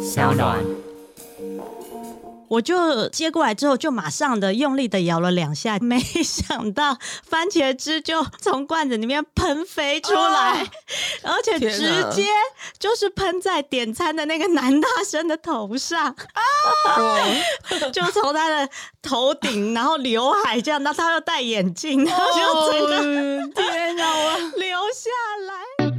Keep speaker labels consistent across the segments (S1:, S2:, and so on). S1: 小暖。
S2: 我就接过来之后，就马上的用力的摇了两下， 没想到番茄汁就从罐子里面喷飞出来，而且
S3: 天
S2: 直
S3: 哪
S2: 接就是喷在点餐的那个男大生的头上，就从他的头顶，然后刘海这样，那他又戴眼镜，然后就整个
S3: 天哪，我
S2: 流下来。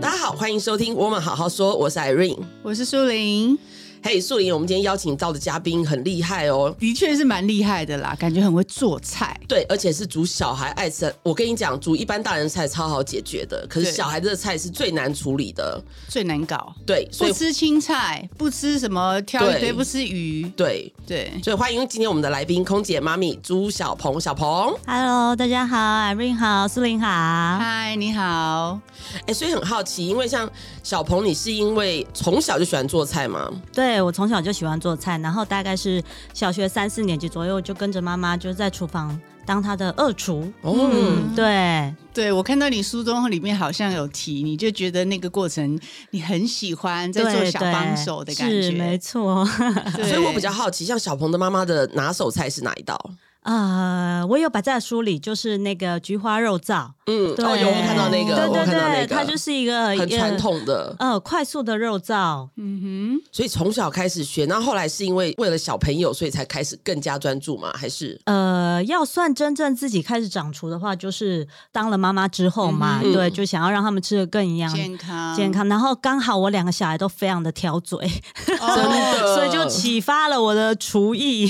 S3: 大家好，欢迎收听《我们好好说》，我是 Irene。
S4: 我是苏玲，
S3: 嘿，素林，我们今天邀请到的嘉宾很厉害哦。
S4: 的确是蛮厉害的啦，感觉很会做菜。
S3: 对，而且是煮小孩爱吃的。我跟你讲，煮一般大人菜超好解决的，可是
S4: 对
S3: 小孩子的菜是最难处理的。
S4: 最难搞，
S3: 对，所以
S4: 不吃青菜，不吃什么挑一
S3: 对
S4: 堆，不吃鱼，
S3: 对，
S4: 对，
S3: 所以欢迎今天我们的来宾空姐妈咪朱小鹏。小鹏，
S2: Hello，大家好，Irene 好，苏玲好。
S4: 嗨，你好，
S3: 哎，所以很好奇，因为像小鹏，你是因为从小就喜欢做菜吗？
S2: 对我从小就喜欢做菜，然后大概是小学三四年级左右，就跟着妈妈就在厨房当她的二厨。
S3: 哦，
S2: 嗯，对，
S4: 对我看到你书中里面好像有提，你就觉得那个过程你很喜欢，在做
S2: 对
S4: 小
S2: 对
S4: 帮手的感
S2: 是没
S4: 觉，
S2: 错。
S4: 对
S3: 所以我比较好奇，像小鹏的妈妈的拿手菜是哪一道？
S2: 呃，我有摆在书里，就是那个菊花肉燥。
S3: 嗯，
S2: 对，
S3: 哦，有我看到那个，
S2: 对
S3: 我
S2: 对
S3: 看到那
S2: 对，
S3: 个，
S2: 它就是一个
S3: 很传。统的，
S2: 呃，呃快速的肉燥，
S4: 嗯哼，
S3: 所以从小开始学，然后后来是因为为了小朋友，所以才开始更加专注吗？还是
S2: 呃，要算真正自己开始掌厨的话，就是当了妈妈之后嘛，
S3: 嗯
S2: 对，就想要让他们吃的更营养、
S4: 健康，
S2: 健，康。然后刚好我两个小孩都非常的挑嘴，
S3: 真的？
S2: 所以就启发了我的厨艺。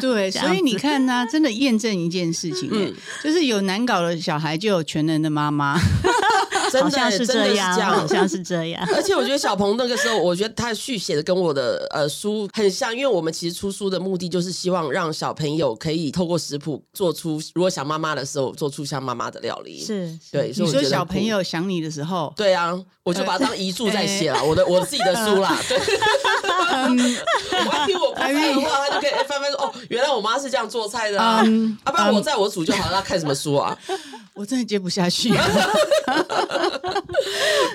S4: 对，
S2: 这样
S4: 所以你看呢、真的验证一件事情、
S3: 嗯
S4: 就是有难搞的小孩，就有全能的妈妈。
S3: 真
S2: 好
S3: 的
S2: 像是
S3: 真的
S2: 这
S3: 是
S2: 样，
S3: 这
S2: 好
S3: 样。
S2: 像是这 样。
S3: 而且我觉得小鹏那个时候，我觉得他的续写的跟我的呃书很像，因为我们其实出书的目的就是希望让小朋友可以透过食谱做出，如果想妈妈的时候做出像妈妈的料理。，
S2: 是，
S3: 对，所以我
S4: 你
S3: 觉
S4: 说
S3: 得
S4: 小
S3: 很酷
S4: 朋友想你的时候，
S3: 对啊，我就把它当遗著在写
S2: 哎
S3: 了，我的我自己的书 啦。对，我要听我不在 的话，他就可以翻翻说哦，原来我妈是这样做菜的啊，
S4: 嗯
S3: 要不然我在我煮就好了，她看什么书啊？
S4: 我真的接不下去。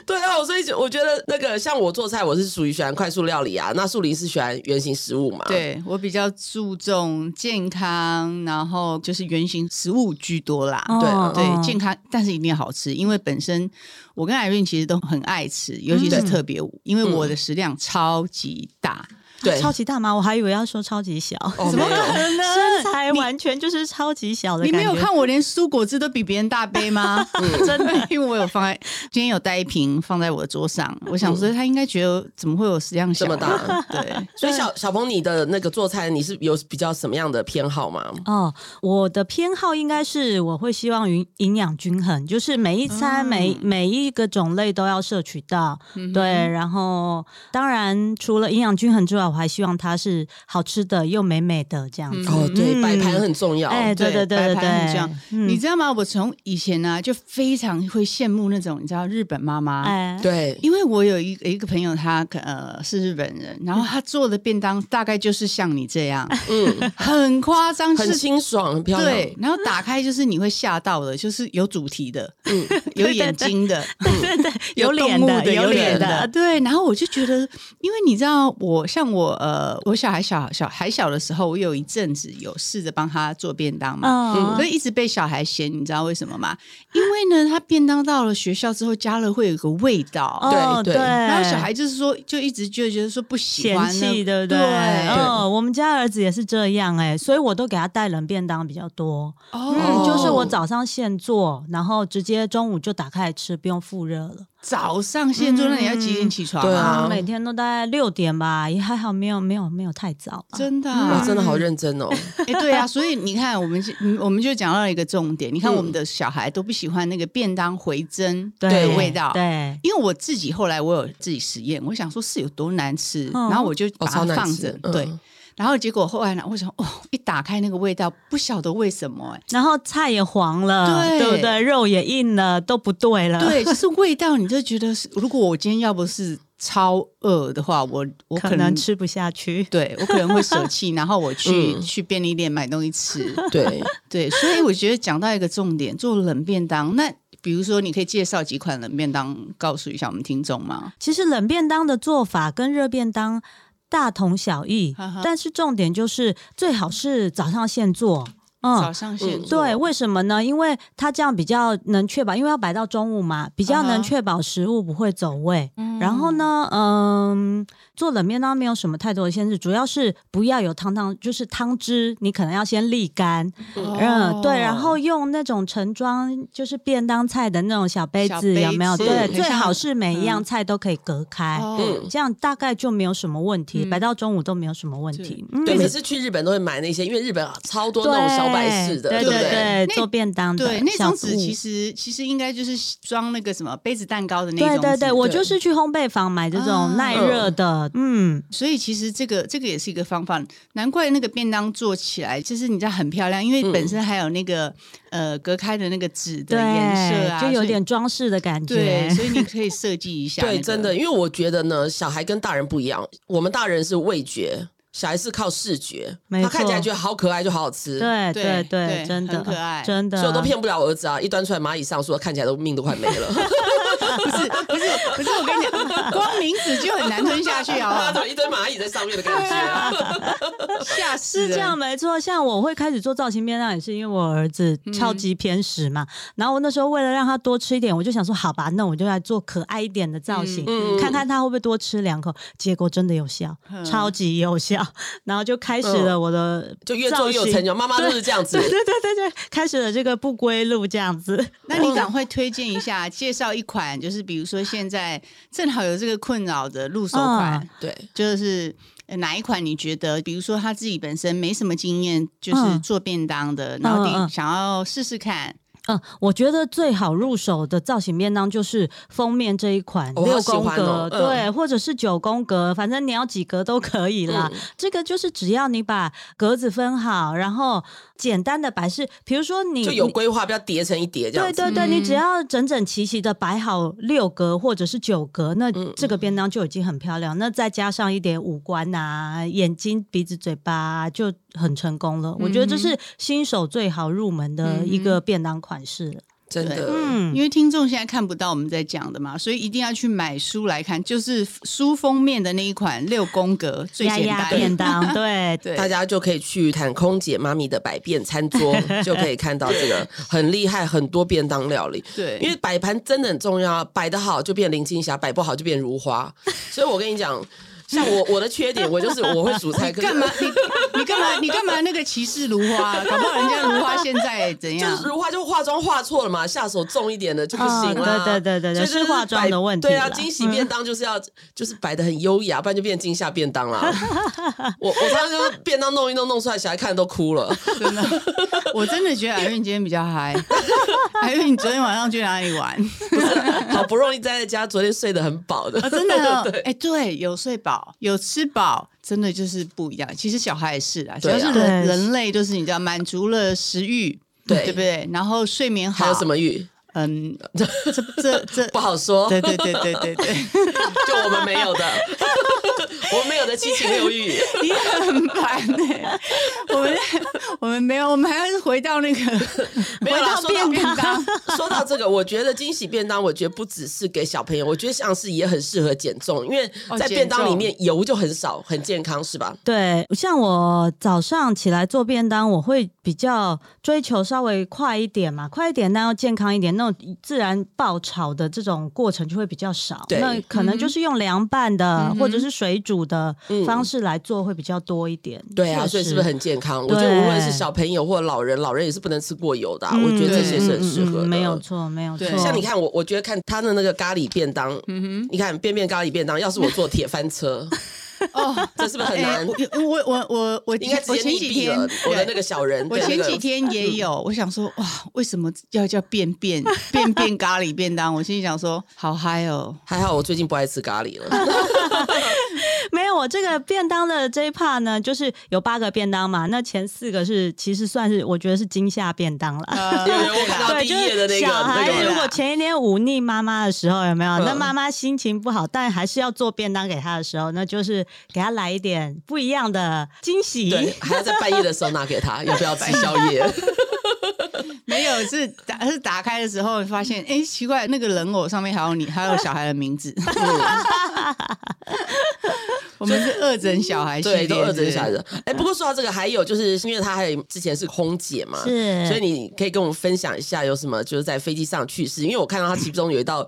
S3: 对啊，所以我觉得那个像我做菜，我是属于喜欢快速料理啊，那树林是喜欢圆形食物嘛？。
S4: 对我比较注重健康，然后就是原型食物居多啦。
S2: 哦
S3: 对啊
S4: 对，健康，但是一定要好吃，因为本身我跟 Irene 其实都很爱
S3: 嗯
S4: 吃，尤其是特别舞，因为我的食量超级大，
S3: 对
S2: 超级大吗？我还以为要说超级小，
S3: 哦，没有，
S2: 身材完全就是超级小的
S3: 嗯
S4: 你
S2: 感觉。
S4: 没有看我连蔬果汁都比别人大杯 吗？真的，因为我有放在今天有带一瓶放在我的桌上，我想说他应该觉得怎么会有食量小
S3: 嗯这么大
S4: 啊？ 对，
S3: 所以小小鹏，你的那个做菜，你是有比较什么样的偏好吗？
S2: 哦，我的偏好应该是我会希望营营养均衡，就是每一餐、每
S3: 嗯
S2: 每一个种类都要摄取到，对。然后当然除了营养均衡之外，我还希望它是好吃的又美美的这样子。
S3: 哦，对，
S2: 嗯
S3: 摆盘很重要。
S2: 哎、对对
S4: 对
S2: 对对
S4: 摆盘很
S2: 对，
S4: 像
S2: 嗯
S4: 你知道吗？我从以前呢、就非常会羡慕那种你知道日本妈
S3: 嗯
S4: 妈，
S2: 哎，
S3: 对，
S4: 因为我有一一个朋友他，可呃是日本人，然后他做的便当大概就是像你这样，
S3: 嗯，
S4: 很夸张，
S3: 很
S4: 是。
S3: 清爽，很漂亮。
S4: 对，然后打开就是你会吓到的，就是有主题的，嗯， 有眼睛的，
S2: 对对，有
S4: 动
S2: 脸
S4: 物
S2: 的，有脸
S4: 脸啊
S2: 的，
S4: 对。然后我就觉得，因为你知道我，像我呃，我小孩小小还小的时候，我有一阵子有试着帮他做便当嘛，
S2: 嗯
S4: 可是一直被小孩嫌，你知道为什么吗？因为呢，他便当到了学校之后，加了会有一个味道。
S2: 哦
S3: 对对
S4: 然后小孩就是说，就一直就觉得说不喜
S2: 嫌
S4: 欢呢
S2: 弃，对不对？
S4: 对？
S2: 哦，我们家儿子也是这样哎、所以我都给他带冷便当比较多。嗯，
S4: 哦，
S2: 就是我早上现做，然后直接中午就打开来吃，不用复热了。
S4: 早上现做，那你要
S2: 嗯
S4: 几点起床
S3: 对啊
S2: 每天都大概六点吧，也还好，没有没有没有太早吧。
S4: 真的啊，
S2: 嗯
S3: 哇，真的好认真哦。
S4: 哎，对啊，所以你看，我们是嗯我们就讲到一个重点，你看我们的小孩都不喜欢那个便当回蒸的
S2: 嗯对
S4: 味道，
S2: 对，
S4: 因为我自己后来我有自己实验，我想说是有多难吃，
S2: 嗯
S4: 然后我就
S3: 哦
S4: 把
S3: 超
S4: 它
S3: 难
S4: 放
S3: 吃
S4: 着，
S3: 嗯
S4: 对。然后结果后来呢，我想哦，一打开那个味道，不晓得为什么、哎，
S2: 然后菜也黄了，
S4: 对
S2: 不对？肉也硬了，都不对了。
S4: 对，就是味道，你就觉得是，如果我今天要不是超饿的话，我我
S2: 可能吃不下去。
S4: 对我可能会舍 弃，然后我去、
S3: 嗯
S4: 去便利店买东西吃，
S3: 对，
S4: 对，所以我觉得讲到一个重点，做冷便当，那比如说，你可以介绍几款冷便当，告诉一下我们听众吗？
S2: 其实冷便当的做法跟热便当大同小异
S4: 哈哈，
S2: 但是重点就是最好是早上现做。
S4: 早
S2: 嗯，
S4: 上现做
S2: 对，为什么呢？因为它这样比较能确保，因为要摆到中午嘛，比较
S4: 啊哈
S2: 能确保食物不会走味。然后呢，嗯，做冷面当没有什么太多的限制，主要是不要有汤汤，就是汤汁你可能要先沥干，
S4: 哦
S2: 嗯，对，然后用那种盛装就是便当菜的那种小杯
S4: 小
S2: 子，
S4: 杯
S2: 有没有？
S3: 子
S2: 对，
S4: 很
S2: 最
S4: 像
S2: 好是每一样
S4: 嗯
S2: 菜都可以隔开，
S4: 嗯，
S2: 这样大概就没有什么问题，
S4: 嗯
S2: 摆到中午都没有什么问题。嗯
S3: 对，每次去日本都会买那些，因为日本啊超多那种小摆饰的，
S2: 对
S3: 不
S2: 对对，
S4: 那
S2: 做便当的
S4: 嗯对，那
S2: 小
S4: 张纸
S2: 物
S4: 其实其实应该就是装那个什么杯子蛋糕的那种
S2: 对
S4: 纸。
S2: 对对，我就是去烘焙坊买这
S4: 啊
S2: 种耐热的，嗯，
S4: 所以其实这个这个也是一个方法，难怪那个便当做起来，就是你知道很漂亮，因为本身还有那个、呃隔开的那个纸
S2: 嗯
S4: 的
S2: 对
S4: 颜色，啊，
S2: 就有
S4: 所以
S2: 点装饰的感觉
S4: 对，。所以你可以设计一下、
S3: 对，真的，，因为我觉得呢，小孩跟大人不一样，我们大人是味觉，小孩是靠视觉，
S2: 没
S3: 他看起来
S2: 错
S3: 觉得好可爱就好好吃。
S2: 对
S4: 对
S2: 对
S4: 对
S2: 真的
S4: 很可爱
S2: 真的，
S3: 所以我都骗不了我儿子啊！一端出来蚂蚁上树，看起来都命都快没 了。
S4: 不是不是不是，我跟你讲， 光名字就很难吞下去
S3: 啊，
S4: 啊、
S3: 怎么一堆蚂蚁在上面的感 觉、啊？
S4: 吓死
S2: 是
S4: 人
S2: 这样，没错。像我会开始做造型便当，也是因为我儿子
S3: 嗯
S2: 超级偏食嘛。然后我那时候为了让他多吃一点，我就想说，好吧，那我就来做可爱一点的造型，
S3: 嗯嗯
S2: 看看他会不会多吃两口。结果真的有效，
S4: 嗯
S2: 超级有效。 然后就开始
S3: 嗯
S2: 了我的、
S3: 就越做越有成就，妈妈都是这样子
S2: 对。对对对对，开始了这个不归路这样子。
S4: 那
S3: 嗯
S4: 你赶快推荐一下，介绍一款，就是比如说现在正好有这个困扰的入手款，
S2: 嗯
S3: 对，
S4: 就是呃哪一款你觉得，比如说他自己本身没什么经验，就是
S2: 嗯
S4: 做便当的，然后
S2: 嗯
S4: 你
S2: 嗯
S4: 想要试试看，
S2: 嗯，我觉得最好入手的造型便当就是封面这一款，
S3: 哦我好
S2: 六
S3: 喜
S2: 宫
S3: 欢
S2: 格，
S3: 哦嗯
S2: 对，或者是九宫格，反正你要几格都可以啦。
S3: 嗯
S2: 这个就是只要你把格子分好，然后简单的摆饰，比如说你
S3: 就有
S2: 你
S3: 规划，不要叠成一叠这样
S2: 对
S3: 子。
S2: 对对，你只
S4: 嗯
S2: 要整整齐齐的摆好六格或者是九格，那
S3: 嗯
S2: 这个便当就已经很漂亮。那再加上一点五官啊、眼睛、鼻子、嘴巴啊、就很成功了。我觉
S3: 嗯
S2: 得这是新手最好入门的一个便当款式了。
S3: 真的。
S2: 嗯，
S4: 因为听众现在看不到我们在讲的嘛，所以一定要去买书来看，就是书封面的那一款六宫格最
S2: 压
S4: 简
S2: 压
S4: 单
S2: 便 当，对
S4: 对，
S3: 大家就可以去看空姐妈咪的百变 餐桌，就可以看到这个很厉害，很多便当料理。
S4: 对，
S3: 因为摆盘真的很重要，摆得好就变林青霞，摆不好就变如 花。所以我跟你讲，像我我的缺点，我就是我会煮菜，可是
S4: 干嘛你你干嘛你干嘛那个歧视如花？啊搞不好人家如花现在怎
S3: 就
S4: 样
S3: 是？如花就化妆化错了嘛，下手重一点的就不行啦。
S2: 哦对对对对对
S3: 所以就是
S2: 化妆的问题
S3: 摆对啊，
S2: 啦嗯
S3: 惊喜便当就是要、就是摆的很优雅，不然就变惊吓便 当啦。我我常常就是便当弄一弄弄出来，小孩看都哭了。
S4: 真的， 我真的觉得海韵今天比较嗨。 海韵，你昨天晚上去哪里玩？
S3: 好不容易待在家，昨天睡得很饱的，
S4: 啊，真的 哦，哎、对，有睡饱，有吃饱，真的就是不一样。其实小孩也是啦，只
S3: 对啊
S4: 要是人
S2: 对
S4: 人类，就是你知道，满足了食欲，
S3: 对
S4: 对不对？然后睡眠好，
S3: 还有什？么欲
S4: 嗯，这这这
S3: 不，好说，
S4: 对对对对 对对，
S3: 就我们没有 的，我们没有的七情六欲。
S4: 你很烦
S3: 欸
S4: 哎、我们 我们没有，我们还是回到那个
S3: 没有
S4: 回
S3: 啦
S4: 到
S3: 说到
S4: 便当。
S3: 说到这个，我觉得惊喜便当，我觉得不只是给小朋友，我觉得像是也很适合减重，因为
S4: 哦
S3: 在
S4: 减
S3: 便当里
S4: 重嗯
S3: 面油就很少，很健康，是吧？
S2: 对，像我早上起来做便当，我会比较追求稍微快一点嘛，快一点，但要健康一点，那种自然爆炒的这种过程就会比较少。
S3: 对
S2: 那可能就是用凉拌的、
S4: 嗯哼
S2: 或者是水煮的
S3: 嗯
S2: 方式来做会比较多一点。
S3: 对啊，
S2: 确
S3: 所以是
S2: 实
S3: 不是很健康？我
S2: 对
S3: 觉得无论是小朋友或老人，老人也是不能吃过油
S4: 嗯
S3: 的啊、我觉得这些
S2: 嗯
S3: 是很适合的。
S2: 没有错，没有错
S4: 对。
S3: 像你看我，我觉得看他的那个咖喱便当，
S4: 嗯
S3: 你看便便咖喱便当，要是我做铁翻 车，
S4: 哦，
S3: 这是不是很
S4: 哎
S3: 难？
S4: 我我我我我
S3: 应该直
S4: 我
S3: 接
S4: 前
S3: 溺
S4: 几
S3: 毙
S4: 天
S3: 了。我的嗯
S4: 对
S3: 那个小人，
S4: 我
S3: 对
S4: 前
S3: 那个
S4: 几天也有，我想说哇，为什么要叫便便便便咖喱便当？我心里想说，好嗨哦！
S3: 还好，我最近不爱吃咖喱 了。
S2: 没有，我这个便当的这一 part 呢，就是有八个便当嘛，那前四个是其实算是我觉得是惊吓便当啦。
S4: 呃
S3: 啊有有我
S4: 对啦
S3: 看到
S2: 对，
S3: 第
S2: 就
S3: 一页的那
S2: 是
S3: 个
S2: 小孩
S3: 那个
S2: 如果前一天忤逆妈妈的时候，有没有？
S3: 嗯
S2: 那妈妈心情不好，但还是要做便当给他的时候，那就是给他来一点不一样的惊喜。
S3: 对，还要在半夜的时候拿给他，要不要吃宵夜？
S4: 没有，是打是打开的时候发现，哎、奇怪，那个人偶上面还有你，还有小孩的 名字。我们是二诊小孩系
S3: 对，
S4: 列，
S3: 都二整
S4: 是不是
S3: 小孩的。哎、不过说到这个，还有就是因为她还有之前是空姐嘛，
S2: 是
S3: 呃所以你可以跟我们分享一下有什么就是在飞机上的趣事，因为我看到她其中有一道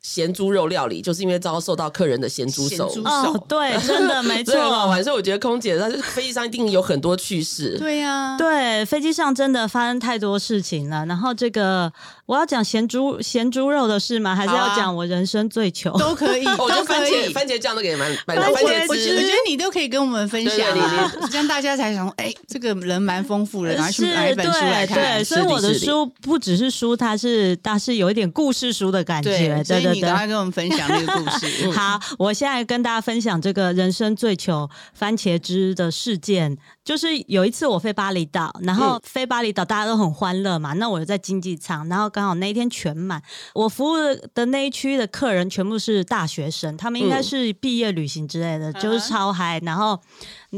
S3: 咸猪肉料理，就是因为遭受到客人的咸猪手。
S4: 咸猪
S2: 哦，对，真的没
S3: 真的很好
S2: 错。
S3: 玩，所以我觉得空姐她就是飞机上一定有很多趣事。
S4: 对呀、
S2: 对，飞机上真的发生太多事情了。然后这个，我要讲咸猪咸猪肉的事吗？还是
S4: 好
S2: 要
S4: 啊
S2: 讲我人生最穷？
S4: 都可以，
S3: 哦我觉得
S4: 都
S3: 番
S4: 可
S3: 茄
S4: 以。
S3: 番茄酱那个也蛮蛮
S2: 番
S3: 番
S2: 茄
S3: 茄
S4: 我觉
S3: 汁
S4: 得，你都可以跟我们分
S3: 对对呃
S4: 享、啊
S3: 你，
S4: 这样大家才想说，哎、这个人蛮丰富的，然后去买一
S2: 是，
S4: 本书来
S2: 对
S4: 看。
S2: 对，所以
S3: 是的
S2: 我的
S3: 是的
S2: 书不只是书，它是它是有一点故事书的感觉，
S4: 所
S2: 对对
S4: 以你赶
S2: 对。
S4: 快跟我们分享那个故 事。嗯
S2: 好，我现在跟大家分享这个人生最糗番茄汁的事件。就是有一次我飞巴厘岛，然后飞巴厘岛大家都很欢乐嘛，那我就在经济舱，然后刚好那一天全满，我服务的那一区的客人全部是大学生，他们应该是毕业旅行之类的，就是超嗨，然后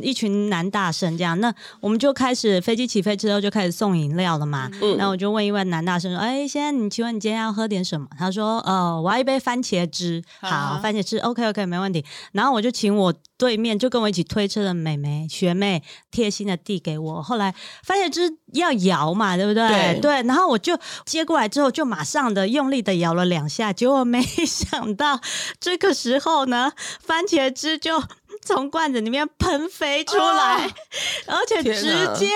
S2: 一群男大生这样，那我们就开始飞机起飞之后就开始送饮料了嘛，
S3: 嗯
S2: 那、我就问一问男大生说，哎，先生，你请问你今天要喝点什么？他说，呃，我要一杯番茄汁，
S4: 啊
S2: 好，番茄汁，OK OK，没问题。然后我就请我对面就跟我一起推车的妹妹学妹贴心的递给我，后来番茄汁要摇嘛，对不对？
S3: 对
S2: 然后我就接过来之后，就马上的用力的摇了两下，结果没 想到这个时候呢，番茄汁就从罐子里面喷飞出来，而且
S3: 天
S2: 直
S3: 哪
S2: 接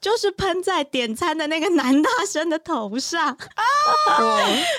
S2: 就是喷在点餐的那个男大生的头上。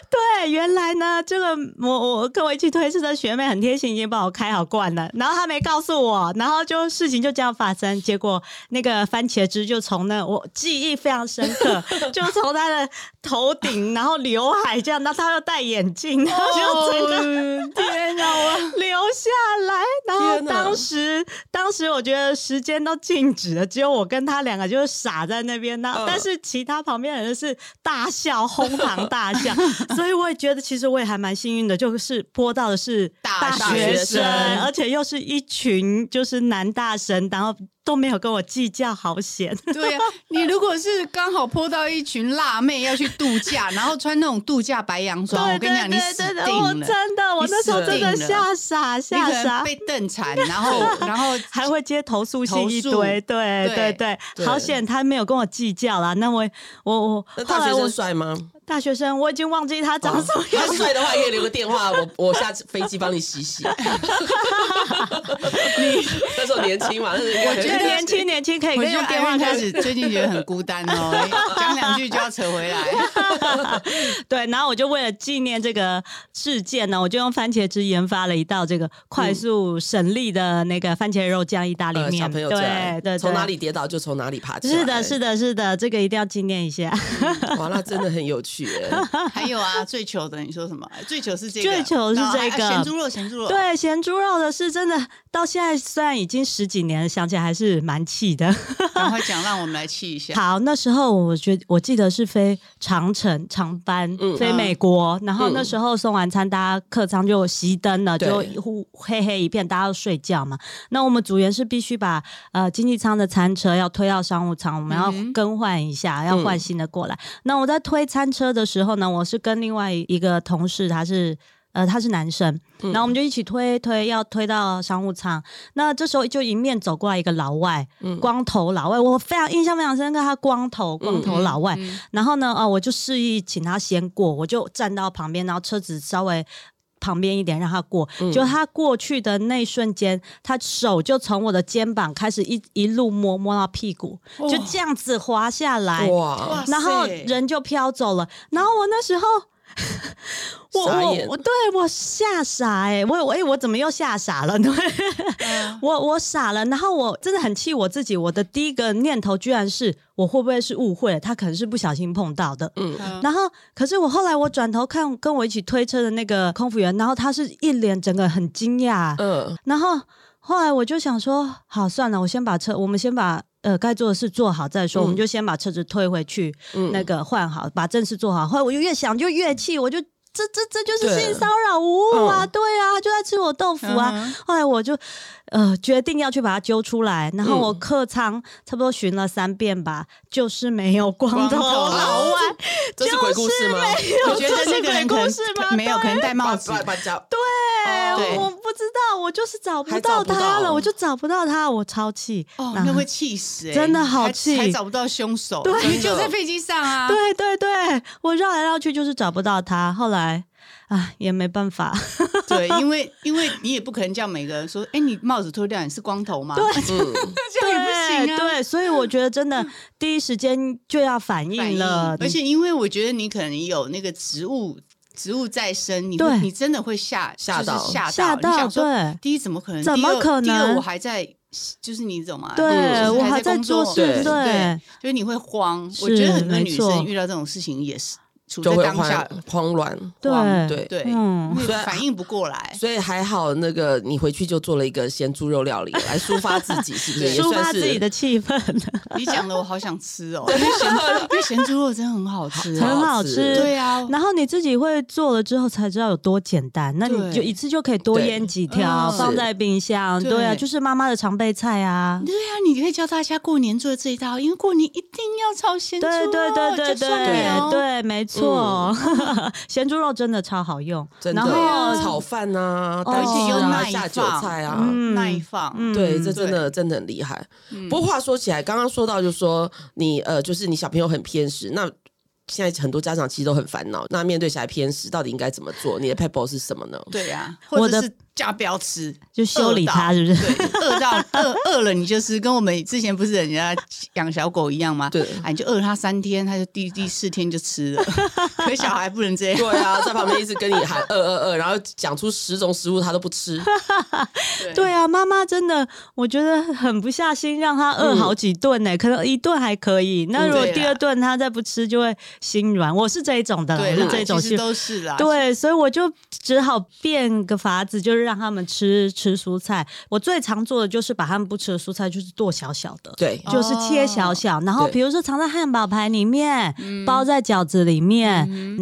S2: 对，原来呢，这个我我跟我一起推车的学妹很贴心，已经帮我开好罐了，然后她没告诉我，然后就事情就这样发生，结果那个番茄汁就从那我记忆非常深刻，就从她的头顶，然后刘海这样，然后她又戴眼镜，然后就整个。
S4: 哦天哪，我
S2: 流下来，然后
S3: 天哪
S2: 当时当时我觉得时间都静止了，只有我跟他两个就是傻在那边，那、
S3: 嗯
S2: 但是其他旁边的人是大笑，哄堂大笑， 所以我也觉得其实我也还蛮幸运的，就是播到的是
S4: 大
S2: 学
S3: 学生
S2: 而且又是一群就是男大生，然后都没有跟我计较，好险。
S4: 对呀、你如果是刚好泼到一群辣妹要去度假，然后穿那种度假白洋装，我跟你讲，你死
S2: 对对
S4: 定
S2: 对我啊
S4: 了，
S2: 真的，我那时候真的
S4: 死定
S2: 吓
S4: 了
S2: 傻
S4: 你
S2: 吓
S4: 可能
S2: 傻，
S4: 被瞪惨，然 后然后
S2: 还会接投诉信
S4: 投
S2: 一
S4: 诉
S2: 堆，对对
S4: 对
S2: 对，
S3: 对
S2: 好险他没有跟我计较啦。那我我我
S3: 那
S2: 后
S3: 大
S2: 来
S3: 学
S2: 我
S3: 生帅吗？哦
S2: 大学生我已经忘记他长什么样
S3: 他帅的话可以留个电话，我我下次飞机帮你洗洗。 那时候年轻嘛，那时候应该
S4: 我觉
S2: 觉
S4: 得
S2: 得年轻年轻可以
S4: 我
S2: 跟
S4: 就
S2: 用电话
S4: 开
S2: 开
S4: 始，
S2: 始
S4: 最近觉得很孤单 哦，讲两句就要扯回来。
S2: 对，然后我就为了纪念这个事件呢，我就用番茄汁研发了一道这个快速省力的那个番茄肉酱意大利
S3: 嗯呃
S2: 面，
S3: 小朋友最爱
S2: 对对，
S3: 从哪
S2: 对？
S3: 里跌倒就从哪里爬起来。
S2: 是的，是
S3: 的，
S2: 的，是的，这个一定要纪念一下。
S3: 哇，那真的很有趣 耶。
S4: 还有啊，最糗的你说什么？最糗是这个，
S2: 最糗是
S4: 然后还
S2: 这个
S4: 咸猪肉，咸猪肉。
S2: 对，咸猪肉的事真的到现在虽然已经十几年了，想起来还是蛮气的。
S4: 赶快讲，让我们来气一下。
S2: 好，那时候我觉我记得是飞长城长班、
S3: 嗯
S2: 飞美国，然后那时候送完餐，大家客舱就熄灯了，就
S3: 对
S2: 呼黑黑一片，大家都睡觉嘛。那我们组员是必须把呃经济舱的餐车要推到商务舱，我
S3: 嗯
S2: 们要更换一下，要换新的过来。那我在推餐车的时候呢，我是跟另外一个同事，他是。呃，他是男生，然后我们就一起推推，要推到商务舱。那这时候就迎面走过来一个老外，光头老外，我非常印象非常深刻，他光头光头老
S4: 嗯
S2: 外。然后呢，呃，我就示意请他先过，我就站到旁边，然后车子稍微。旁边一点让他过，就他过去的那一瞬间，他手就从我的肩膀开始一一路摸摸到屁股，
S4: 哇
S2: 就这样子滑下来，
S3: 哇，
S4: 塞
S2: 然后哎人就飘走了。然后我那时候，我
S3: 傻
S2: 我
S3: 眼
S2: 我对我吓傻哎、我我哎、我怎么又吓傻了？ 对，
S4: 嗯
S2: 我我傻了。然后我真的很气我自己，我的第一个念头居然是我会不会是误会了？他可能是不小心碰到的。
S4: 嗯
S2: 然后，可是我后来我转头看跟我一起推车的那个空服员，然后他是一脸整个很惊讶，
S3: 嗯，
S2: 然后后来我就想说，好算了，我先把车，我们先把呃该做的事做好再说，
S3: 嗯
S2: 我们就先把车子推回去，那个换好，把正事做好。后来我就越想就越气，我就。这这这就是
S3: 对
S2: 性骚扰无误啊，
S3: 嗯
S2: 对啊，他就在吃我豆腐啊。
S4: 嗯哼
S2: 后来我就呃决定要去把它揪出来，然后我客舱差不多巡了三遍吧，就是没有光
S4: 光
S2: 头
S4: 头
S2: 老
S4: 老
S2: 外，
S3: 哦这是鬼故事吗？
S4: 我觉得
S2: 这
S4: 那
S2: 是
S4: 个
S2: 鬼
S4: 人可
S2: 故
S4: 能
S2: 事吗？
S4: 没有，可能戴帽子
S3: 把。把把脚
S2: 对，
S3: 哦
S4: 对
S2: 哎我不知道，我就是找不
S3: 还找
S2: 到
S3: 不到
S2: 他了，我就找不到他，我超气。
S4: 哦，
S2: 然
S4: 那
S2: 后
S4: 会气死、
S2: 嗯
S4: 欸，
S2: 真的好
S4: 还
S2: 气
S4: 还找不到凶手，
S2: 对
S4: 明明就在飞机上啊。
S2: 对对对，我绕来绕去就是找不到他，后来啊也没办法，
S4: 对，因为因为你也不可能叫每个人说，哎、你帽子脱掉，你是光头吗？对，
S3: 嗯，
S4: 这样也不行
S2: 对
S4: 啊。
S2: 对，所以我觉得真的第一时间就要反
S4: 反
S2: 应
S4: 应
S2: 了，
S4: 而且因为我觉得你可能有那个植物植物在身，你
S2: 对
S4: 会你真的会吓
S3: 吓
S4: 就是
S3: 到
S4: 吓
S2: 吓
S4: 到，
S2: 到
S4: 你想说
S2: 对
S4: 第一怎么可能？
S2: 怎么
S4: 第二
S2: 可能
S4: 第二我还在，就是你懂吗？
S2: 对
S4: 就是
S2: 我还
S4: 还
S2: 在
S4: 工
S2: 做
S4: 作，
S2: 事对
S3: 对
S4: 对，就是你会慌。我
S2: 是
S4: 觉得很多
S2: 没
S4: 女
S2: 错
S4: 生遇到这种事情也是处
S3: 就
S4: 在
S3: 会
S4: 当下
S3: 慌慌乱。
S2: 对
S4: 慌
S3: 对
S4: 对，
S2: 嗯
S4: 因为
S3: 所以
S4: 反应不过来。
S3: 所以还好，那个你回去就做了一个咸猪肉料理来抒发自己，是不是？也
S2: 抒
S3: 算
S2: 发
S3: 是
S2: 自己的气氛，
S4: 你讲的我好想吃哦，因为咸因为咸猪肉真的很好吃
S3: 很
S4: 哦，
S2: 很好
S3: 吃
S2: 吃。
S4: 对啊，
S2: 然后你自己会做了之后才知道有多简单，那你
S4: 对
S2: 就一次就可以多
S3: 对
S2: 腌几条
S4: 嗯
S2: 放在冰箱，
S4: 对
S2: 对啊，就是妈妈的常备菜啊。
S4: 对呀、你可以教大家过年做这一道，因为过年一定要炒咸猪肉，
S2: 对对对对
S4: 就送你
S2: 对
S4: 哦。
S2: 对，没错， 咸猪肉真的超好用。
S3: 真的
S2: 然后
S3: 炒饭啊，
S2: 哦
S3: 蛋
S2: 而且又
S3: 啊
S4: 耐
S3: 下酒
S4: 放
S3: 菜啊，
S2: 嗯
S4: 耐放，
S2: 嗯
S3: 对，嗯这真的真的很厉害。不过话说起来，刚刚说到就说你呃，就是你小朋友很偏食，那现在很多家长其实都很烦恼。那面对小孩偏食，到底应该怎么做？你的 pebble 是什么呢？
S4: 对呀、
S2: 我
S4: 或者
S2: 的
S4: 是叫他不要吃，
S2: 就修理它，是不是？
S4: 对，饿到饿饿了，你就是跟我们之前不是人家养小狗一样吗？
S3: 对
S4: 啊，你就饿它三天，它就第第四天就吃 了。可小孩不能这 样，
S3: 对啊，在旁边一直跟你喊饿饿饿，然后讲出十种食物他都不吃，
S2: 对啊，妈妈真的，我觉得很不下心，让他饿好几顿呢、可能一顿还可以，那如果
S4: 嗯对啦啊
S2: 第二顿他再不吃，就会心软。我是这一种的啦，
S4: 对
S2: 我
S4: 啦
S2: 是，这一种
S4: 其实
S2: 心。
S4: 都是啦，
S2: 对，所以我就只好变个法子，就是让他们吃吃蔬菜。我最常做的就是把他们不吃的蔬菜，就是剁小小的，
S3: 对，
S4: 哦
S2: 就是切小小，然后
S3: 对
S2: 比如说藏在汉堡排里面，
S4: 嗯
S2: 包在饺子里面。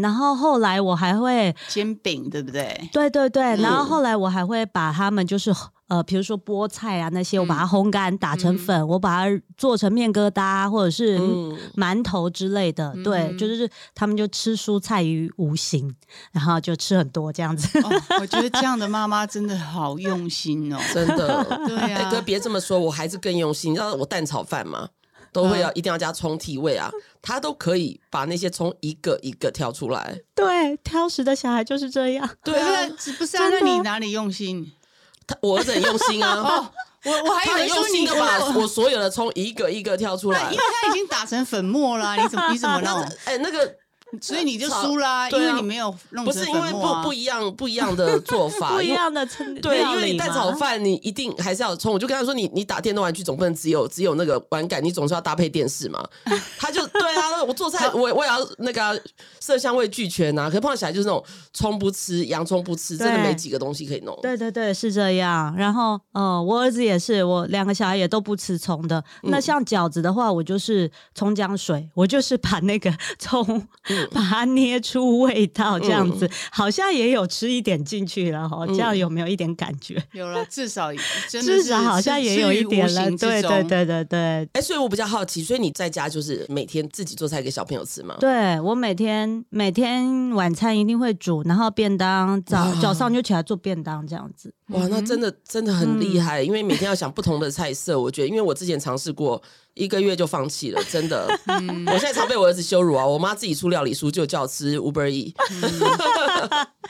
S2: 然后后来我还会
S4: 煎饼对不对？
S2: 对对对，然
S3: 嗯
S2: 后后来我还会把它们就是呃，比如说菠菜啊那些，我把
S3: 嗯
S2: 它烘干打成粉，我把它做成面疙瘩或者是
S3: 嗯
S2: 馒头之类的。对，就是他们就吃蔬菜于无形，然后就吃很多这样子。
S4: 哦，我觉得这样的妈妈真的好用心哦。
S3: 真的。
S4: 对
S3: 哎、
S4: 啊，
S3: 哥，别这么说，我还是更用心。你知道我蛋炒饭吗？都
S4: 嗯
S3: 会要一定要加葱体味啊，他都可以把那些葱一个一个挑出来。
S2: 对，挑食的小孩就是这样。
S3: 对啊，
S4: 不是不是啊？那
S2: 真的
S4: 你哪里用心？
S3: 他我儿子很用心啊，
S4: 我哦我还以
S3: 他
S4: 为
S3: 很用
S4: 说
S3: 心
S4: 你
S3: 的把
S4: 我
S3: 我所有的葱一个一个挑出
S4: 那
S3: 来
S4: 因为。它已经打成粉末啦，你怎么你怎 么弄？
S3: 哎、那个
S4: 所以你就输啦，因
S3: 对啊
S4: 为你没有弄
S3: 不
S4: 成
S3: 是
S4: 粉
S3: 因为
S4: 末
S3: 不
S4: 啊
S3: 不。一样不一样的做法，
S2: 不一
S3: 啊因为。
S2: 样的
S3: 对，因为你 蛋炒饭，你一定还是要有葱。我就跟他说，你你打电动玩具总不能只有只有那个玩感，你总是要搭配电 视嘛。他就对啊，我做菜我也我也要那个啊色香味俱全啊。可是胖小孩就是那种葱不吃，洋葱不吃，真的
S2: 对
S3: 没几个东西可以弄。
S2: 对对对，是这样。然后，呃，我儿子也是，我两个小孩也都不吃葱的。
S4: 嗯
S2: 那像饺子的话，我就是葱姜水，我就是把那个葱、
S4: 嗯
S2: 把它捏出味道，这样子、 好像也有吃一点进去了哈。这样有没有一点感觉？
S4: 有了，至少嗯真的
S2: 至
S4: 是
S2: 少好像也有一点了。对对，
S4: 是于无形之中嗯
S2: 对对对。
S3: 哎、所以我比较好奇，所以你在家就是每天自己做菜给小朋友吃吗？
S2: 对我每天每天晚餐一定会煮，然后便当早
S3: 哇
S2: 早上就起来做便当这样子。
S3: 哇，那真的真的很厉
S2: 嗯
S3: 害，因为每天要想不同的菜色，我觉得，因为我之前尝试过，一个月就放弃了，真的。我现在常被我儿子羞辱啊，我妈自己出料理书就叫我吃 Uber E，